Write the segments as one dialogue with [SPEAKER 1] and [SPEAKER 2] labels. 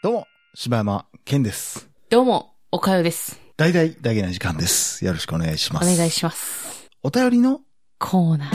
[SPEAKER 1] どうも、柴山健です。
[SPEAKER 2] どうも、おかよです。
[SPEAKER 1] 大々大げな時間です。よろしくお願いし
[SPEAKER 2] お
[SPEAKER 1] ます。
[SPEAKER 2] 願いします。
[SPEAKER 1] お便りの
[SPEAKER 2] コーナー。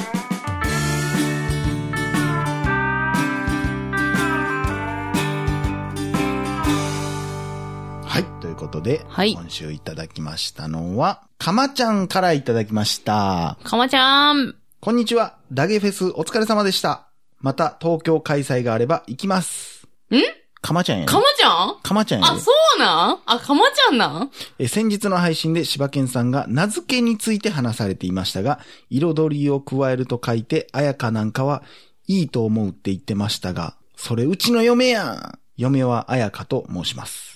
[SPEAKER 1] はい。ということで、
[SPEAKER 2] はい
[SPEAKER 1] 今週いただきましたのは、かまちゃんからいただきました。
[SPEAKER 2] かまちゃん
[SPEAKER 1] こんにちは。ダゲフェスお疲れ様でした。また東京開催があれば行きます。
[SPEAKER 2] ん
[SPEAKER 1] かまちゃんやね
[SPEAKER 2] かまちゃん
[SPEAKER 1] かまちゃんや
[SPEAKER 2] あ、
[SPEAKER 1] ね
[SPEAKER 2] そうなんあ、かまちゃんなん
[SPEAKER 1] え先日の配信で柴犬さんが名付けについて話されていましたが、彩りを加えると書いて、あやかなんかはいいと思うって言ってましたが、それうちの嫁やん嫁はあやかと申します。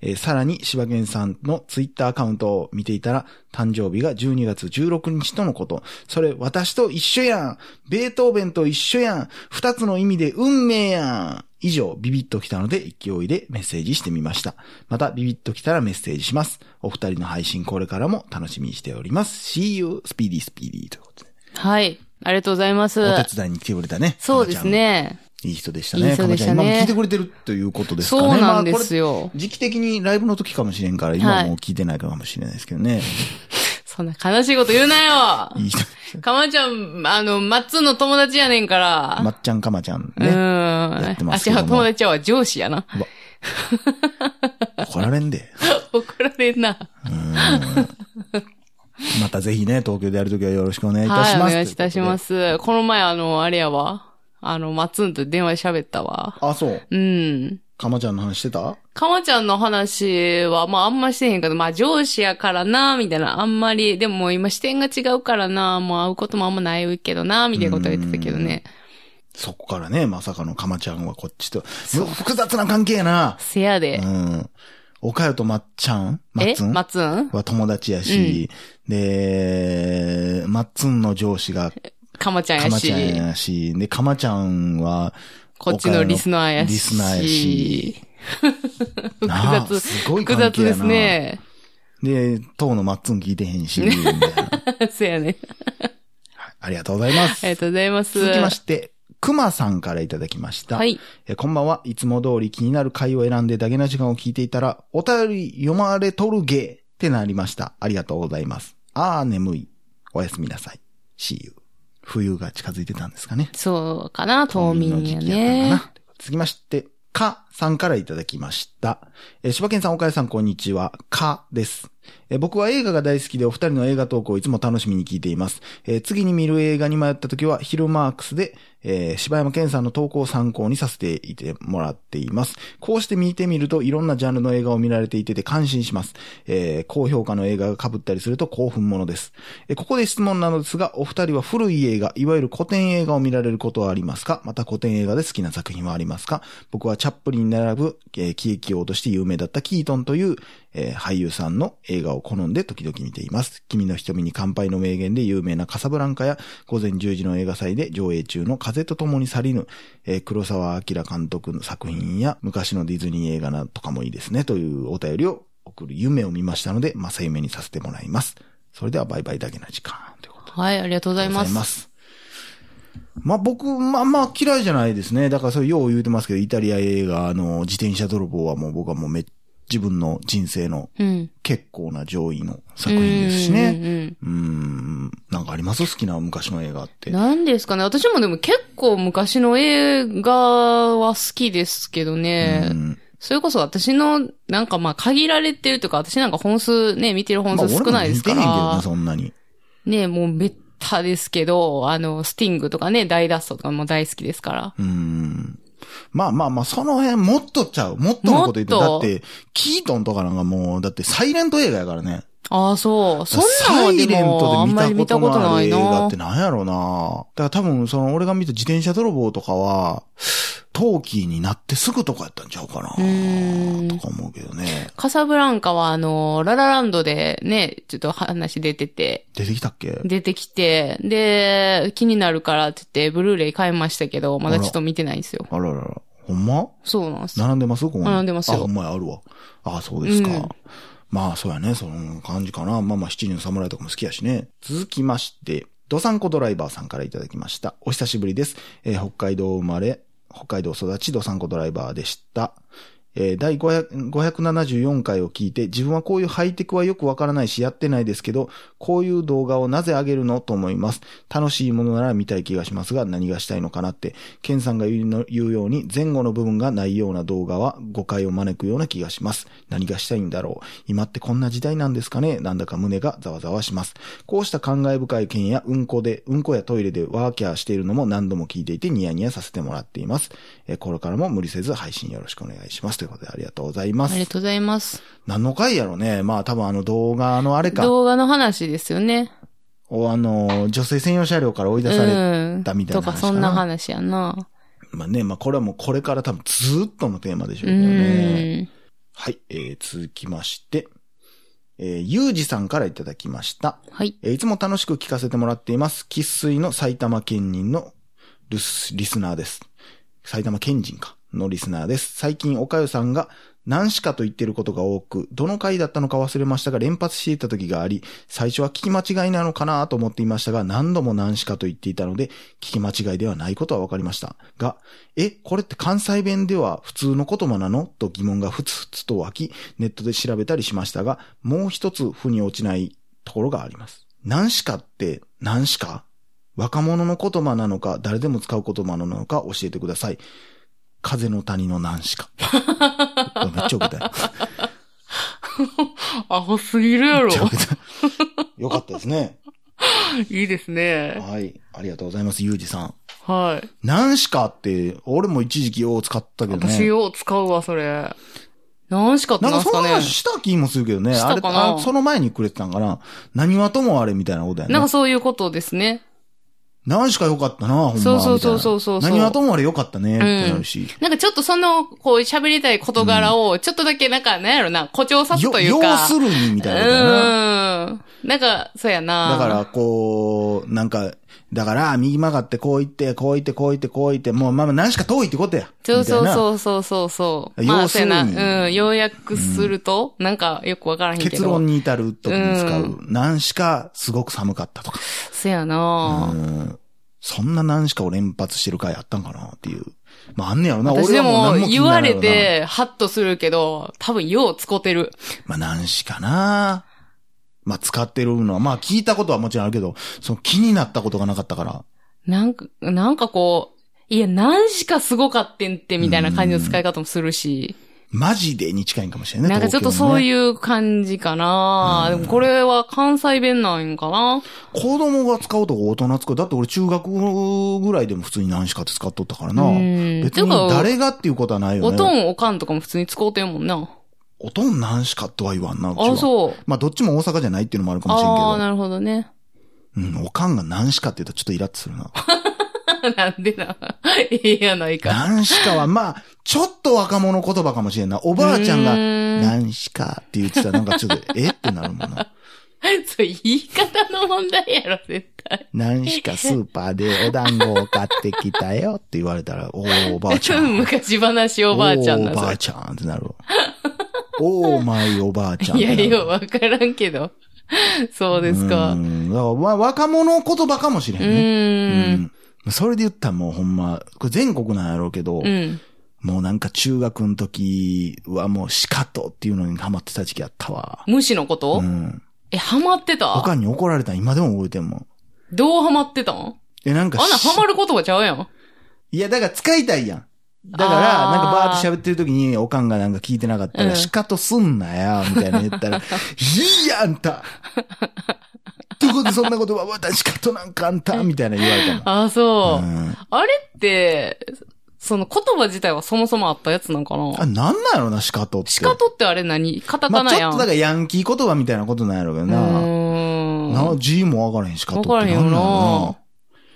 [SPEAKER 1] えーさらに柴犬さんのツイッターアカウントを見ていたら、誕生日が12月16日とのこと。それ私と一緒やんベートーベンと一緒やん二つの意味で運命やん以上、ビビッときたので勢いでメッセージしてみました。またビビッときたらメッセージします。お二人の配信これからも楽しみにしております。See you, speedy, speedy ということで。
[SPEAKER 2] はい。ありがとうございます。
[SPEAKER 1] お手伝いに来てくれたね。
[SPEAKER 2] そうですね。
[SPEAKER 1] かまちゃん。いい人でしたね。
[SPEAKER 2] いい人でしたね
[SPEAKER 1] かまちゃん今も聞いてくれてるということですかね。
[SPEAKER 2] そうなんで
[SPEAKER 1] まあこれ
[SPEAKER 2] すよ。
[SPEAKER 1] 時期的にライブの時かもしれんから、今はもう聞いてないかもしれないですけど ね。
[SPEAKER 2] そんな悲しいこと言うな よ
[SPEAKER 1] いい人。
[SPEAKER 2] かまちゃん、あの、マッツンの友達やねんから。
[SPEAKER 1] まっちゃんかまちゃん
[SPEAKER 2] う
[SPEAKER 1] ね。やって
[SPEAKER 2] ん。
[SPEAKER 1] ま
[SPEAKER 2] あ、
[SPEAKER 1] すけども
[SPEAKER 2] 違う、友達は上司や な。
[SPEAKER 1] うわ怒られんで。
[SPEAKER 2] 怒られんな。
[SPEAKER 1] またぜひね、東京でやるときはよろしくお願いいた
[SPEAKER 2] はい、
[SPEAKER 1] し
[SPEAKER 2] お
[SPEAKER 1] ます。。
[SPEAKER 2] 願いいたしますす。この前、あの、あれやわ。あの、マッツンと電話で喋ったわ。
[SPEAKER 1] あ、そう。
[SPEAKER 2] うん。
[SPEAKER 1] かまちゃんの話してた
[SPEAKER 2] かまちゃんの話は、まああんましてへんけど、まあ上司やからな、みたいな、あんまり、でももう今視点が違うからな、もう会うこともあんまないけどな、みたいなことは言ってたけどね。
[SPEAKER 1] そこからね、まさかのかまちゃんはこっちと。む複雑な関係やな。
[SPEAKER 2] せや
[SPEAKER 1] う
[SPEAKER 2] で。
[SPEAKER 1] ん。おかよとまっちゃんまっ
[SPEAKER 2] え
[SPEAKER 1] つん
[SPEAKER 2] マツン
[SPEAKER 1] は友達やし、で、まっつんの上司が
[SPEAKER 2] かまちゃん
[SPEAKER 1] か
[SPEAKER 2] や
[SPEAKER 1] まち
[SPEAKER 2] し
[SPEAKER 1] ゃ。んやし、で、かまちゃんは、
[SPEAKER 2] こっちのリスナーやし。
[SPEAKER 1] リスナーや し。
[SPEAKER 2] 複
[SPEAKER 1] なあ
[SPEAKER 2] 雑。
[SPEAKER 1] すごい
[SPEAKER 2] 複
[SPEAKER 1] 関係やな
[SPEAKER 2] 雑ですね。
[SPEAKER 1] で、当のまっつん聞いてへんし、みたいな
[SPEAKER 2] せやね。
[SPEAKER 1] ありがとうございます。
[SPEAKER 2] ありがとうございます。
[SPEAKER 1] 続きまして、くまさんからいただきました。
[SPEAKER 2] はい。
[SPEAKER 1] えーこんばんは。いつも通り気になる回を選んでダゲな時間を聞いていたら、お便り読まれとるげーってなりました。ありがとうございます。あー眠い。おやすみなさい。See you. 冬が近づいてたんですかね。
[SPEAKER 2] そうかな、冬眠
[SPEAKER 1] 冬の
[SPEAKER 2] や
[SPEAKER 1] 時期やっ
[SPEAKER 2] ね
[SPEAKER 1] た。かな。続きまして、かさんからいただきました。えー、柴犬さん、岡谷さん、こんにちは。かです。えー僕は映画が大好きでお二人の映画投稿をいつも楽しみに聞いています。えー次に見る映画に迷った時は、ヒルマークスで、えー柴山健さんの投稿を参考にさせていてもらっています。こうして見てみると、いろんなジャンルの映画を見られていてて感心します。えー高評価の映画が被ったりすると興奮ものです。えーここで質問なのですが、お二人は古い映画、いわゆる古典映画を見られることはありますかまた古典映画で好きな作品はありますか僕はチャップリンに並ぶ、えー喜劇王として有名だったキートンという、えー俳優さんの映画を好んで時々見ています。君の瞳に乾杯の名言で有名なカサブランカや、午前10時の映画祭で上映中の風と共に去りぬ、えー黒沢明監督の作品や、昔のディズニー映画なとかもいいですね、というお便りを送る夢を見ましたので、まさ夢にさせてもらいます。それではバイバイだけな時間ということで
[SPEAKER 2] はい、ありがとうございま。
[SPEAKER 1] ございますす。まあ、僕、まあまあ嫌いじゃないですね。だからそれよう言うてますけど、イタリア映画の自転車泥棒はもう僕はもうめ、自分の人生の
[SPEAKER 2] うん。
[SPEAKER 1] 結構な上位の作品ですしね。
[SPEAKER 2] うんうんうん
[SPEAKER 1] うーん。なんかあります好きな昔の映画って。
[SPEAKER 2] なんですかね私もでも結構昔の映画は好きですけどね
[SPEAKER 1] う。ん
[SPEAKER 2] それこそ私の、なんかまあ限られてるというか、私なんか本数ね、見てる本数少ないですか
[SPEAKER 1] まあ俺も見てへ
[SPEAKER 2] ら。
[SPEAKER 1] んけどな、そんなに。
[SPEAKER 2] ね、もうめったですけど、あの、スティングとかね、大脱走とかも大好きですから。
[SPEAKER 1] うーん。まあまあまあ、その辺もっとちゃう。もっとのこと言って、
[SPEAKER 2] もっ
[SPEAKER 1] だっ
[SPEAKER 2] と
[SPEAKER 1] て、キートンとかなんかもう、だってサイレント映画やからね。
[SPEAKER 2] ああ、そう。そんなん
[SPEAKER 1] サ
[SPEAKER 2] は
[SPEAKER 1] イ
[SPEAKER 2] で
[SPEAKER 1] レン
[SPEAKER 2] も、
[SPEAKER 1] ト
[SPEAKER 2] あんま
[SPEAKER 1] で
[SPEAKER 2] り見
[SPEAKER 1] 見
[SPEAKER 2] た
[SPEAKER 1] た
[SPEAKER 2] こ
[SPEAKER 1] ことと
[SPEAKER 2] な
[SPEAKER 1] ない
[SPEAKER 2] い
[SPEAKER 1] 映画
[SPEAKER 2] な
[SPEAKER 1] って。なんやろうなだから多分、その、俺が見た自転車泥棒とかは、トーキーになってすぐとかやったんちゃうかな
[SPEAKER 2] うーん
[SPEAKER 1] とか思うけどね。
[SPEAKER 2] カサブランカはあの、ララランドでね、ちょっと話出てて、
[SPEAKER 1] 出てきたっけ
[SPEAKER 2] 出てきて、で、気になるからって言って、ブルーレイ買いましたけど、まだちょっと見てないんですよ。
[SPEAKER 1] あららら。ほんま
[SPEAKER 2] そうなんです。
[SPEAKER 1] 並んでますここに。
[SPEAKER 2] 並んでますよ
[SPEAKER 1] あ、ほんまや、あるわ。あ、そうですか。
[SPEAKER 2] うん
[SPEAKER 1] まあ、そうやね。その感じかな。まあまあ、七人の侍とかも好きやしね。続きまして、ドサンコドライバーさんからいただきました。お久しぶりです。えー北海道生まれ、北海道育ち、ドサンコドライバーでした。えー第500 574回を聞いて、自分はこういうハイテクはよくわからないし、やってないですけど、こういう動画をなぜ上げるのと思います。楽しいものなら見たい気がしますが、何がしたいのかなって、ケンさんが言うの言うように、前後の部分がないような動画は誤解を招くような気がします。何がしたいんだろう。今ってこんな時代なんですかねなんだか胸がざわざわします。こうした感慨深い件や、うんこで、うんこやトイレでワーキャーしているのも何度も聞いていてニヤニヤさせてもらっています。えーこれからも無理せず配信よろしくお願いします。ということでありがとうございま
[SPEAKER 2] ありが
[SPEAKER 1] す。
[SPEAKER 2] とうございます。
[SPEAKER 1] 何の回やろねまあ多分あの動画のあれか。
[SPEAKER 2] 動画の話ですよね。
[SPEAKER 1] おあの、女性専用車両から追い出され
[SPEAKER 2] うん
[SPEAKER 1] たみたいな話かな
[SPEAKER 2] とか、そんな話やな。
[SPEAKER 1] まあね、まあこれはもうこれから多分ずーっとのテーマでしょうけ
[SPEAKER 2] う
[SPEAKER 1] どね。
[SPEAKER 2] ん。
[SPEAKER 1] はい、えー、続きまして、えー、ゆうじさんからいただきました。
[SPEAKER 2] はい。
[SPEAKER 1] えーいつも楽しく聞かせてもらっています。喫水の埼玉県人のルスリスナーです。埼玉県人か。のリスナーです。最近、おかゆさんが何しかと言ってることが多く、どの回だったのか忘れましたが連発していた時があり、最初は聞き間違いなのかなと思っていましたが、何度も何しかと言っていたので、聞き間違いではないことは分かりました。が、え、これって関西弁では普通の言葉なのと疑問がふつふつと湧き、ネットで調べたりしましたが、もう一つ腑に落ちないところがあります。何しかって何しか若者の言葉なのか、誰でも使う言葉なのか教えてください。風の谷の何しか。 めっちゃ受けたよ。
[SPEAKER 2] アホすぎるや
[SPEAKER 1] め
[SPEAKER 2] ろ
[SPEAKER 1] っちゃ受けた。よかったですね。
[SPEAKER 2] いいですね。
[SPEAKER 1] はい。ありがとうございます、ゆうじさん。
[SPEAKER 2] はい。
[SPEAKER 1] 何しかって、俺も一時期よう使ったけど
[SPEAKER 2] 私
[SPEAKER 1] ね。
[SPEAKER 2] を使うわ、それ。何しかって
[SPEAKER 1] なん
[SPEAKER 2] な
[SPEAKER 1] か
[SPEAKER 2] んす
[SPEAKER 1] そん
[SPEAKER 2] か
[SPEAKER 1] な
[SPEAKER 2] ね。
[SPEAKER 1] 話した気もするけどね。
[SPEAKER 2] したかな
[SPEAKER 1] あれあ、その前にくれてたんかな。何はともあれみたいなことやね。
[SPEAKER 2] なんかそういうことですね。
[SPEAKER 1] 何しかよかったな、ほんま。
[SPEAKER 2] そうそう
[SPEAKER 1] みたいな
[SPEAKER 2] そうそうそうそう
[SPEAKER 1] 何はともあれよかったね、ってなるし。
[SPEAKER 2] なんかちょっとその、こう喋りたい事柄を、ちょっとだけなんか、なんやろな、誇張さす
[SPEAKER 1] よ
[SPEAKER 2] という
[SPEAKER 1] 要
[SPEAKER 2] か。
[SPEAKER 1] するに、みたいなことやな。
[SPEAKER 2] うん。なんか、そうやな。
[SPEAKER 1] だから、こう、なんか、だから、右曲がって、こう行って、こう行って、こう行って、こう行って、もう、まあまあ、何しか遠いってことや。
[SPEAKER 2] そうそう
[SPEAKER 1] みたいな
[SPEAKER 2] そうそうそうそう。
[SPEAKER 1] 要
[SPEAKER 2] まあ、
[SPEAKER 1] す
[SPEAKER 2] そう
[SPEAKER 1] る
[SPEAKER 2] や
[SPEAKER 1] に
[SPEAKER 2] な。うん。要約すると、なんかよくわからへんけど。
[SPEAKER 1] 結論に至る時に使う
[SPEAKER 2] う。
[SPEAKER 1] 何しか、すごく寒かったとか。
[SPEAKER 2] そうやな、
[SPEAKER 1] うんそんな何しかを連発してる回あったんかなっていう。まあ、あんねやろな。
[SPEAKER 2] 私
[SPEAKER 1] 俺
[SPEAKER 2] で
[SPEAKER 1] はもう
[SPEAKER 2] も
[SPEAKER 1] 何も気
[SPEAKER 2] 言
[SPEAKER 1] になら
[SPEAKER 2] わ
[SPEAKER 1] んや
[SPEAKER 2] れ
[SPEAKER 1] ろな。
[SPEAKER 2] て、ハッとするけど、多分よう使ってる。
[SPEAKER 1] まあ、何しかな。まあ、使ってるのは、まあ、聞いたことはもちろんあるけど、その気になったことがなかったから。
[SPEAKER 2] なんか、なんかこう、いや、何しかすごかってんって、みたいな感じの使い方もするし。
[SPEAKER 1] マジでに近いんかもしれないね。
[SPEAKER 2] なんかちょっとそう
[SPEAKER 1] う。
[SPEAKER 2] いう感じかな、
[SPEAKER 1] うん
[SPEAKER 2] でもこれは関西弁なんかな
[SPEAKER 1] 子供が使うとか大人使う。だって俺中学ぐらいでも普通に何しかって使っとったからな。
[SPEAKER 2] うん
[SPEAKER 1] 別
[SPEAKER 2] てか
[SPEAKER 1] に誰がっていうことはないよ
[SPEAKER 2] お
[SPEAKER 1] ね。
[SPEAKER 2] と。んおかんとかも普通に使うてんもんな。
[SPEAKER 1] おとん何しかとは言わんな。うちは
[SPEAKER 2] あ、そう。
[SPEAKER 1] まあどっちも大阪じゃないっていうのもあるかもしれんけ
[SPEAKER 2] あ
[SPEAKER 1] ど
[SPEAKER 2] あー、。なるほどね。
[SPEAKER 1] うん、おかんが何しかって言うとちょっとイラッとするな。
[SPEAKER 2] なんでな。ええやないか。
[SPEAKER 1] 何しかは、まあ、ちょっと若者言葉かもしれんな。おばあちゃんが
[SPEAKER 2] うーん
[SPEAKER 1] 何しかって言ってたらなんかちょっと、えってなるも んな。
[SPEAKER 2] そう、言い方の問題やろ、絶対。
[SPEAKER 1] 何しかスーパーでお団子を買ってきたよって言われたら、おーおばあち ゃん。
[SPEAKER 2] 昔話おばあちゃん
[SPEAKER 1] お
[SPEAKER 2] な
[SPEAKER 1] ーおば
[SPEAKER 2] さ
[SPEAKER 1] あ。ちゃんってなるわ。 おーマイおばあちゃんっ
[SPEAKER 2] い
[SPEAKER 1] てなる。
[SPEAKER 2] や、ようわからんけど。 そうですか。
[SPEAKER 1] う
[SPEAKER 2] うん
[SPEAKER 1] だからわ若者言葉かもしれんね。
[SPEAKER 2] ーん。
[SPEAKER 1] うんそれで言ったらもうほんま、これ全国なんやろうけど、
[SPEAKER 2] うん。
[SPEAKER 1] もうなんか中学の時はもうシカトっていうのにハマってた時期あったわ。
[SPEAKER 2] 無視のこと、
[SPEAKER 1] うん。
[SPEAKER 2] え、ハマってた
[SPEAKER 1] 他に怒られたん今でも覚えてんもん。
[SPEAKER 2] どうハマってたんあん
[SPEAKER 1] え、なんか
[SPEAKER 2] な
[SPEAKER 1] し、
[SPEAKER 2] ハマる言葉ちゃうやん。
[SPEAKER 1] いや、だから使いたいやん。だから、
[SPEAKER 2] あー
[SPEAKER 1] なんかバーって喋ってる時に、おかんがなんか聞いてなかった
[SPEAKER 2] う
[SPEAKER 1] ら、
[SPEAKER 2] ん
[SPEAKER 1] シカトすんなや、みたいな言 ったら、いいや、あんたどこでそんなことは、私シカトなんかあんたみたいな言われた
[SPEAKER 2] ああ、そう。
[SPEAKER 1] の。うん
[SPEAKER 2] あれって、その言葉自体はそもそもあったやつなんか
[SPEAKER 1] あ、な
[SPEAKER 2] な
[SPEAKER 1] んなんやろな、シカトって。
[SPEAKER 2] シカトってあれ何カタ
[SPEAKER 1] ま
[SPEAKER 2] カ
[SPEAKER 1] あ
[SPEAKER 2] ナ
[SPEAKER 1] ちょ
[SPEAKER 2] や
[SPEAKER 1] っ
[SPEAKER 2] ん。
[SPEAKER 1] とだからヤンキー言葉みたいなことなんやろうけど
[SPEAKER 2] う
[SPEAKER 1] な。
[SPEAKER 2] ーん。
[SPEAKER 1] な、G もわからへん、シカトってなんなんやろ
[SPEAKER 2] わからへんよ
[SPEAKER 1] な
[SPEAKER 2] な。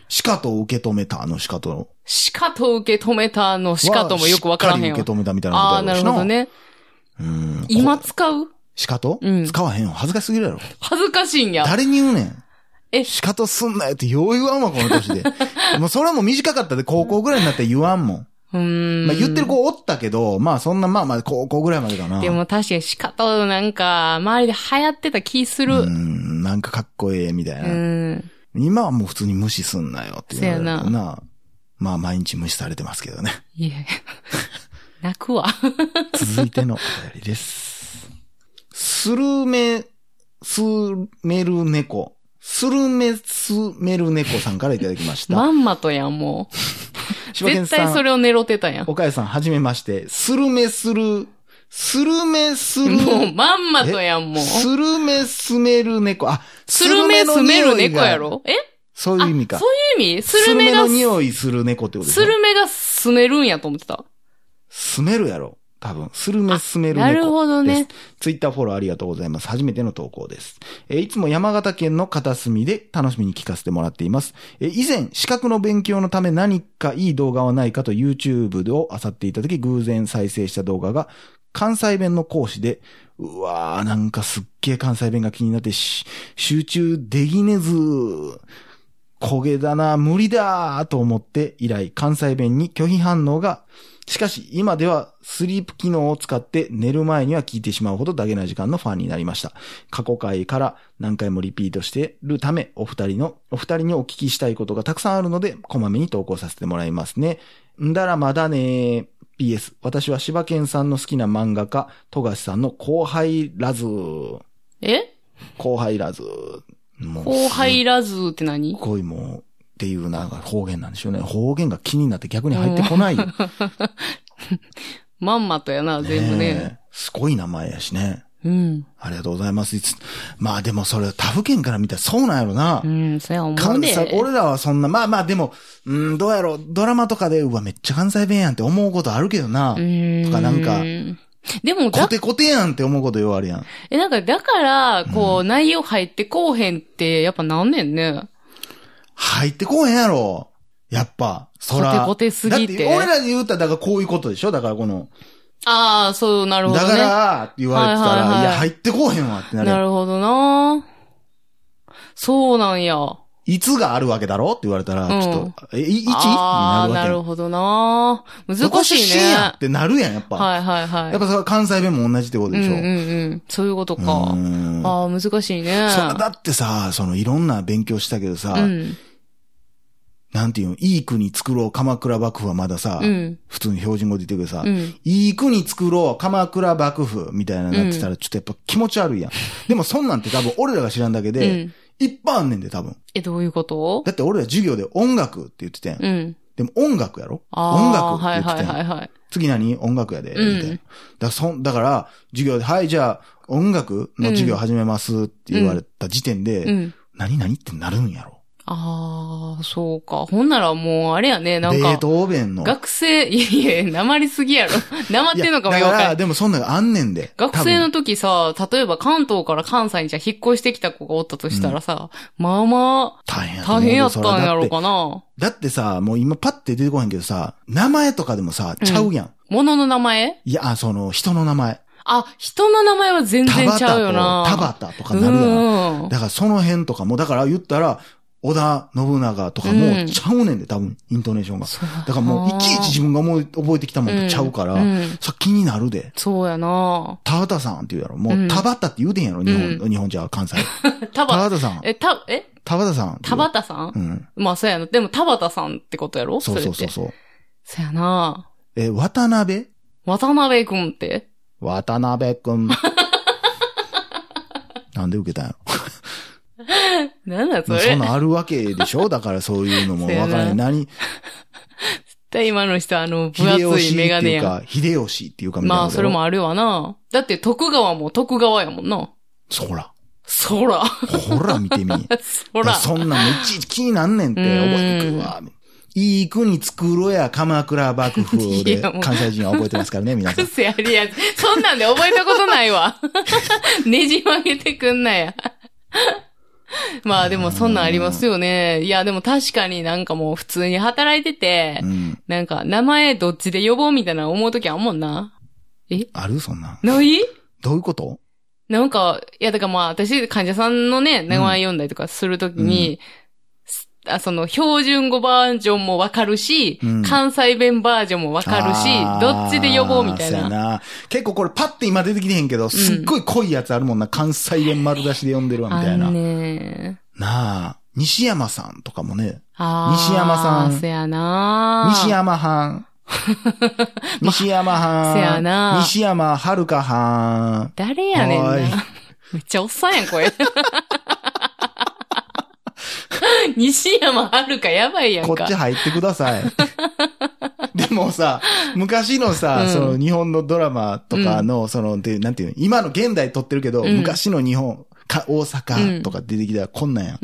[SPEAKER 1] シカトを受け止めた、あのシカトの。
[SPEAKER 2] しかと受け止めたのしかともよくわからへん
[SPEAKER 1] しっ
[SPEAKER 2] よ
[SPEAKER 1] かり。受け止めたみたいなこと
[SPEAKER 2] あ
[SPEAKER 1] や
[SPEAKER 2] あ、な
[SPEAKER 1] ろう
[SPEAKER 2] る
[SPEAKER 1] し
[SPEAKER 2] ほど。ね。
[SPEAKER 1] うん。
[SPEAKER 2] 今使う
[SPEAKER 1] シカト
[SPEAKER 2] うん
[SPEAKER 1] 使わへんよ。恥ずかしすぎるやろ。
[SPEAKER 2] 恥ずかしいんや。
[SPEAKER 1] 誰に言うねん。
[SPEAKER 2] え
[SPEAKER 1] シカトすんなよってよう言わんわ、この年で。 もうそれはもう短かったで、高校ぐらいになったら言わんもん。
[SPEAKER 2] うーん。
[SPEAKER 1] まあ言ってる子おったけど、まあそんな、まあまあ高校ぐらいまでかな。
[SPEAKER 2] でも確かにしかとなんか、周りで流行ってた気す
[SPEAKER 1] う、
[SPEAKER 2] る。うん
[SPEAKER 1] なんかかっこええ、みたいな。
[SPEAKER 2] ん。
[SPEAKER 1] 今はもう普通に無視すんなよっていう。
[SPEAKER 2] せやな
[SPEAKER 1] まあ毎日無視されてますけ どね。
[SPEAKER 2] いえ。泣くわ。
[SPEAKER 1] 続いてのお便りです。スルメ、スメル猫。スルメスメル猫さんからいただきました。
[SPEAKER 2] まんまとやん、もう。
[SPEAKER 1] 柴犬
[SPEAKER 2] 絶
[SPEAKER 1] さん
[SPEAKER 2] 対それを狙ってたやん。も
[SPEAKER 1] 岡谷さん、はじめまして。スルメスル、スルメスル、
[SPEAKER 2] う、まんまとやん、もう。
[SPEAKER 1] スルメスメル猫。あ、
[SPEAKER 2] スルメスメ
[SPEAKER 1] の
[SPEAKER 2] る
[SPEAKER 1] 匂いが
[SPEAKER 2] 猫やろえ
[SPEAKER 1] そういう意味か。
[SPEAKER 2] あそういう意味スルメ
[SPEAKER 1] ス
[SPEAKER 2] が
[SPEAKER 1] の、匂いする猫ってことでし
[SPEAKER 2] ス
[SPEAKER 1] ょ
[SPEAKER 2] ルメがすねるんやと思ってた。
[SPEAKER 1] スメルやろ。多分。スルメスメル猫。
[SPEAKER 2] なるほどね
[SPEAKER 1] です。ツイッターフォローありがとうございます。初めての投稿です。えーいつも山形県の片隅で楽しみに聞かせてもらっています。えー以前、資格の勉強のため何かいい動画はないかと YouTube を漁っていた時偶然再生した動画が関西弁の講師で、うわー、なんかすっげー関西弁が気になってし、集中できねずー。焦げだな、無理だーと思って以来関西弁に拒否反応がしかし、今ではスリープ機能を使って寝る前には聞いてしまうほどダゲな時間のファンになりました。過去回から何回もリピートしてるため、お二人の、お二人にお聞きしたいことがたくさんあるので、こまめに投稿させてもらいますね。んだらまだねー。PS、私は柴犬さんの好きな漫画家、富樫さんの後輩ラズー。
[SPEAKER 2] え
[SPEAKER 1] 後輩ラズー。もう
[SPEAKER 2] 後輩
[SPEAKER 1] す
[SPEAKER 2] らずって
[SPEAKER 1] っ
[SPEAKER 2] 何
[SPEAKER 1] ごいもう、っていうなんか方言なんでしょうね。方言が気になって逆に入ってこない。
[SPEAKER 2] まんまとやな、全部
[SPEAKER 1] え
[SPEAKER 2] ね。
[SPEAKER 1] すごい名前やしね。
[SPEAKER 2] うん。
[SPEAKER 1] ありがとうございます。いつまあでもそれ、他府県から見たらそうなんやろな
[SPEAKER 2] う。ん、そや思う
[SPEAKER 1] 関
[SPEAKER 2] で。
[SPEAKER 1] 西、俺らはそんな、まあまあでも、うん、どうやろう、ドラマとかで、うわ、めっちゃ関西弁やんって思うことあるけどな。
[SPEAKER 2] うん。
[SPEAKER 1] とかなんか。
[SPEAKER 2] でも、
[SPEAKER 1] コ
[SPEAKER 2] だ、
[SPEAKER 1] テコテやんって思うことようあるやん。
[SPEAKER 2] え、なんか、だから、こう、内容入ってこうへんって、やっぱなんねんね。
[SPEAKER 1] 入ってこうへんやろ。やっぱ、そら。
[SPEAKER 2] コテコテすぎて
[SPEAKER 1] だって、俺らで言ったら、だからこういうことでしょだからこの、
[SPEAKER 2] ああ、そう、なるほど
[SPEAKER 1] だ
[SPEAKER 2] ね。
[SPEAKER 1] から、って言われてたら、
[SPEAKER 2] はいいはいはい
[SPEAKER 1] や、入ってこうへんわってなるや。
[SPEAKER 2] なんるほどなそうなんや。
[SPEAKER 1] いつがあるわけだろって言われたら、ちょっと、え、い、いちに
[SPEAKER 2] あ
[SPEAKER 1] な
[SPEAKER 2] あ、
[SPEAKER 1] るわ
[SPEAKER 2] な
[SPEAKER 1] けや
[SPEAKER 2] る
[SPEAKER 1] ん。
[SPEAKER 2] ほどな難しい
[SPEAKER 1] どこ出身
[SPEAKER 2] ね。
[SPEAKER 1] やってなるやん、やっぱ。
[SPEAKER 2] はいはいはい。
[SPEAKER 1] やっぱそれは関西弁も同じってことでしょ。
[SPEAKER 2] うんうんうん。そういうことか
[SPEAKER 1] う。ん
[SPEAKER 2] ああ、難しいね。
[SPEAKER 1] そうだってさ、そのいろんな勉強したけどさ、
[SPEAKER 2] うん。
[SPEAKER 1] なんていうの、いい国作ろう鎌倉幕府はまださ、
[SPEAKER 2] うん。
[SPEAKER 1] 普通に標準語で言ってるけどさ、
[SPEAKER 2] うん。
[SPEAKER 1] いい国作ろう鎌倉幕府みたいなのなってたらちょっとやっぱ気持ち悪いやん。でもそんなんって多分俺らが知らんだけ
[SPEAKER 2] う
[SPEAKER 1] で、
[SPEAKER 2] ん。
[SPEAKER 1] いっぱいあんねんで多分。
[SPEAKER 2] え、どういうこと
[SPEAKER 1] だって俺ら授業で音楽って言ってたやん。
[SPEAKER 2] うん。
[SPEAKER 1] でも音楽やろ
[SPEAKER 2] ああ。
[SPEAKER 1] 音楽って言
[SPEAKER 2] はい
[SPEAKER 1] ってた
[SPEAKER 2] は
[SPEAKER 1] や
[SPEAKER 2] い
[SPEAKER 1] ん。
[SPEAKER 2] はいはい。
[SPEAKER 1] 次何音楽やで、みたいな。
[SPEAKER 2] うん
[SPEAKER 1] だからそんだから、授業で、はい、じゃあ、音楽の授業始めますって言われた時点で、
[SPEAKER 2] うん。
[SPEAKER 1] 何々ってなるんやろ。
[SPEAKER 2] ああ、そうか。ほんならもう、あれやね、なん
[SPEAKER 1] ベー
[SPEAKER 2] か、
[SPEAKER 1] トーベンの。
[SPEAKER 2] 学生、 いやいや、なまりすぎやろ。 なまってんのかも
[SPEAKER 1] い
[SPEAKER 2] よ
[SPEAKER 1] やだ
[SPEAKER 2] くわ
[SPEAKER 1] か、
[SPEAKER 2] からん
[SPEAKER 1] でもそんなのあんねんで。
[SPEAKER 2] 学生
[SPEAKER 1] 多
[SPEAKER 2] の時さ、例えば関東から関西にじゃあ引っ越してきた子がおったとしたらさ、まあまあ、
[SPEAKER 1] 分大変やと思
[SPEAKER 2] 大
[SPEAKER 1] うで
[SPEAKER 2] 変やったんやろう
[SPEAKER 1] それは
[SPEAKER 2] かな。
[SPEAKER 1] だってだってさ、もう今パッて出てこへんけどさ、名前とかでもさ、ちゃうやん。
[SPEAKER 2] ものの名前
[SPEAKER 1] いや、あその、人の名前。
[SPEAKER 2] あ、人の名前は全
[SPEAKER 1] 田
[SPEAKER 2] 然
[SPEAKER 1] 畑
[SPEAKER 2] ちゃうよな。
[SPEAKER 1] と、田畑とかなるやん。
[SPEAKER 2] うん。
[SPEAKER 1] だからその辺とかも、だから言ったら、織田信長とか
[SPEAKER 2] う
[SPEAKER 1] も
[SPEAKER 2] ん
[SPEAKER 1] ちゃうねんで、多分、イントネーションが。
[SPEAKER 2] そうやな
[SPEAKER 1] だからもう、いちいち自分が思い、覚えてきたもんとちゃうから、
[SPEAKER 2] うんうん
[SPEAKER 1] さ、気になるで。
[SPEAKER 2] そうやな。
[SPEAKER 1] 田畑さんって言うやろ。も
[SPEAKER 2] う
[SPEAKER 1] う、
[SPEAKER 2] ん
[SPEAKER 1] 田畑って言うてんやろ、日本、
[SPEAKER 2] う
[SPEAKER 1] 日本じゃ関西。
[SPEAKER 2] 田
[SPEAKER 1] 田
[SPEAKER 2] 畑、
[SPEAKER 1] 畑さん。
[SPEAKER 2] え、た、え
[SPEAKER 1] 田畑さん。
[SPEAKER 2] 田畑さん、
[SPEAKER 1] うん。
[SPEAKER 2] まあ、そうやな。でも、田畑さんってことやろ
[SPEAKER 1] そうそう
[SPEAKER 2] そ
[SPEAKER 1] そ
[SPEAKER 2] れ
[SPEAKER 1] う
[SPEAKER 2] って
[SPEAKER 1] そう。
[SPEAKER 2] そうやな。
[SPEAKER 1] え、渡辺
[SPEAKER 2] 渡辺くんって
[SPEAKER 1] 渡辺くん。 なんで受けたんや
[SPEAKER 2] なんだそ
[SPEAKER 1] ろ。
[SPEAKER 2] れ。
[SPEAKER 1] そん
[SPEAKER 2] 絶
[SPEAKER 1] なんあるわけでしょだからそういうのもわからない。
[SPEAKER 2] そうや
[SPEAKER 1] 何
[SPEAKER 2] 対今の人、あの、分
[SPEAKER 1] 秀
[SPEAKER 2] 厚
[SPEAKER 1] 吉
[SPEAKER 2] い
[SPEAKER 1] って
[SPEAKER 2] メガネ
[SPEAKER 1] いう
[SPEAKER 2] やん。
[SPEAKER 1] か、秀吉っていうかみたいな。
[SPEAKER 2] まあ、それ。もあるわな。だって、徳川も徳川やもんな。
[SPEAKER 1] ほら。
[SPEAKER 2] そら。
[SPEAKER 1] ほら見てみ。
[SPEAKER 2] そら。
[SPEAKER 1] そんなんもいちいち気になんねんって、覚えてくるわ。いい国作ろや、鎌倉幕府
[SPEAKER 2] い
[SPEAKER 1] で
[SPEAKER 2] やもう
[SPEAKER 1] 関西人は覚えてますからね、皆さん。
[SPEAKER 2] 癖ありや。そんなんで覚えたことない わ。ねじ曲げてくんなや。まあでもそんなんありますよね。いやでも確かになんかもう普通に働いてて、
[SPEAKER 1] うん。
[SPEAKER 2] なんか名前どっちで呼ぼうみたいな思うときあんもんな。
[SPEAKER 1] あるそんなん。
[SPEAKER 2] ない
[SPEAKER 1] どういうこと
[SPEAKER 2] なんか、いやだからまあ私患者さんのね、名前読んだりとかするときに、あその標準語バージョンもわかるし、
[SPEAKER 1] うん
[SPEAKER 2] 関西弁バージョンもわかるし
[SPEAKER 1] あ、ー
[SPEAKER 2] どっちで呼ぼうみたい
[SPEAKER 1] そうや
[SPEAKER 2] な。
[SPEAKER 1] な。結構これパッて今出てきてへんけど、すっごい濃いやつあるもんな。関西弁丸出しで呼んでるわ、みたいな。
[SPEAKER 2] あん
[SPEAKER 1] な
[SPEAKER 2] ねー
[SPEAKER 1] あ。西山さんとかもね、
[SPEAKER 2] あー
[SPEAKER 1] 西山さん
[SPEAKER 2] せやな
[SPEAKER 1] 西。山は ん。西山はん。
[SPEAKER 2] せやな
[SPEAKER 1] 西山はるかはん。
[SPEAKER 2] 誰やねんな
[SPEAKER 1] はーい。
[SPEAKER 2] めっちゃおっさんやん、これ。 西山はるかやばいやん
[SPEAKER 1] こ
[SPEAKER 2] か。
[SPEAKER 1] っち入ってくだ さい。でもさ、昔のさ、
[SPEAKER 2] うん
[SPEAKER 1] その日本のドラマとかの、その、で、なんていうの、今の現代撮ってるけど、
[SPEAKER 2] うん
[SPEAKER 1] 昔の日本、か、大
[SPEAKER 2] う
[SPEAKER 1] 阪
[SPEAKER 2] ん
[SPEAKER 1] とか出てきたらこんなんやん。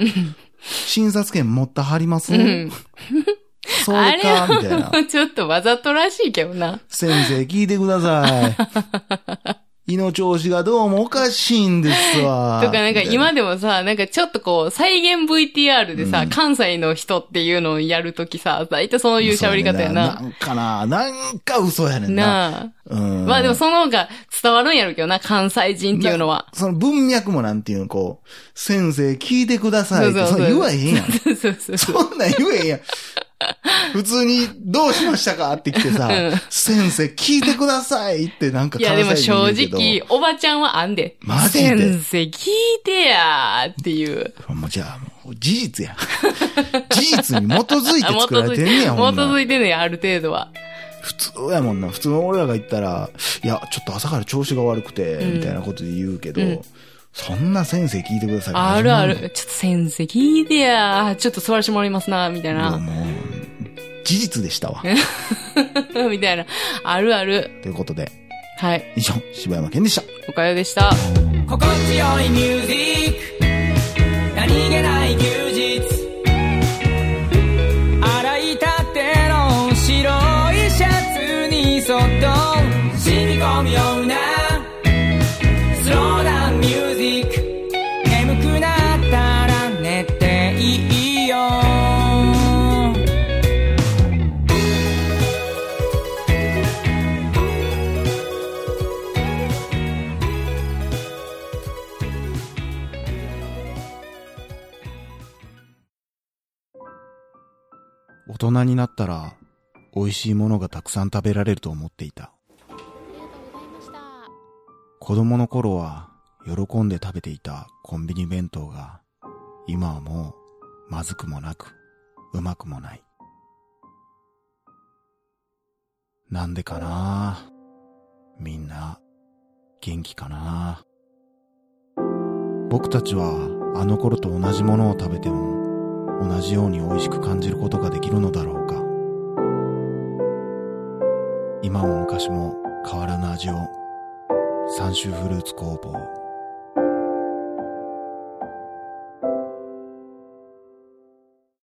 [SPEAKER 1] 診察券持ったはります、
[SPEAKER 2] うん。
[SPEAKER 1] そう
[SPEAKER 2] あれ
[SPEAKER 1] か、みたいな。
[SPEAKER 2] はちょっとわざとらしいけどな。
[SPEAKER 1] 先生聞いてくださ い。胃の調子がどうもおかしいんですわ。
[SPEAKER 2] とかなんか
[SPEAKER 1] みたい
[SPEAKER 2] 今でもさ、なんかちょっとこう、再現 VTR でさ、
[SPEAKER 1] うん
[SPEAKER 2] 関西の人っていうのをやるときさ、大体そういう喋り方や
[SPEAKER 1] そ
[SPEAKER 2] な。
[SPEAKER 1] うねんかな、なんか嘘やねんな。
[SPEAKER 2] なあ。
[SPEAKER 1] うん。
[SPEAKER 2] まあでもその方が伝わるんやろうけどな、関西人っていうのは。
[SPEAKER 1] その文脈もなんていうの、こう、先生聞いてくださいって、それ言わへんやん。
[SPEAKER 2] そうそうそう。
[SPEAKER 1] そんなん言えへんやん。普通に、どうしましたかって来てさ、
[SPEAKER 2] うん
[SPEAKER 1] 先生聞いてくださいってなんか
[SPEAKER 2] いやでも
[SPEAKER 1] 関西人言
[SPEAKER 2] 正
[SPEAKER 1] うけど
[SPEAKER 2] 直、おばちゃんはあんで。
[SPEAKER 1] マジで
[SPEAKER 2] 先生聞いてやーっていう。
[SPEAKER 1] もうじゃあ、もう事実や。事実に基づいて作られてんねや、
[SPEAKER 2] 基
[SPEAKER 1] ほんなら
[SPEAKER 2] づいてんねや、ある程度は。
[SPEAKER 1] 普通やもんな。普通の俺らが言ったら、いや、ちょっと朝から調子が悪くて、
[SPEAKER 2] うん
[SPEAKER 1] みたいなことで言うけど、
[SPEAKER 2] うん
[SPEAKER 1] そんな先生聞いてください。
[SPEAKER 2] あるあ。る。ちょっと先生聞いてやー。ちょっと座らせてもらいますな、みたい
[SPEAKER 1] もう
[SPEAKER 2] な。
[SPEAKER 1] もう、事実でしたわ。
[SPEAKER 2] みたいな。あるある。
[SPEAKER 1] ということで、
[SPEAKER 2] はい。
[SPEAKER 1] 以上、柴山健でした。
[SPEAKER 2] おかよでした。
[SPEAKER 3] 心地よいミュージック何気ない休日洗いたての白いシャツにそっと染み込むようなスローダウンミュージック眠くなったら寝ていいよ
[SPEAKER 1] 大人になったら、美味しいものがたくさん食べられると思っていた。子供の頃は、喜んで食べていたコンビニ弁当が、今はもう、まずくもなく、うまくもない。なんでかなみんな、元気かな僕たちは、あの頃と同じものを食べても、同じように美味しく感じることができるのだろうか今も昔も変わらぬ味を三州フルーツ工房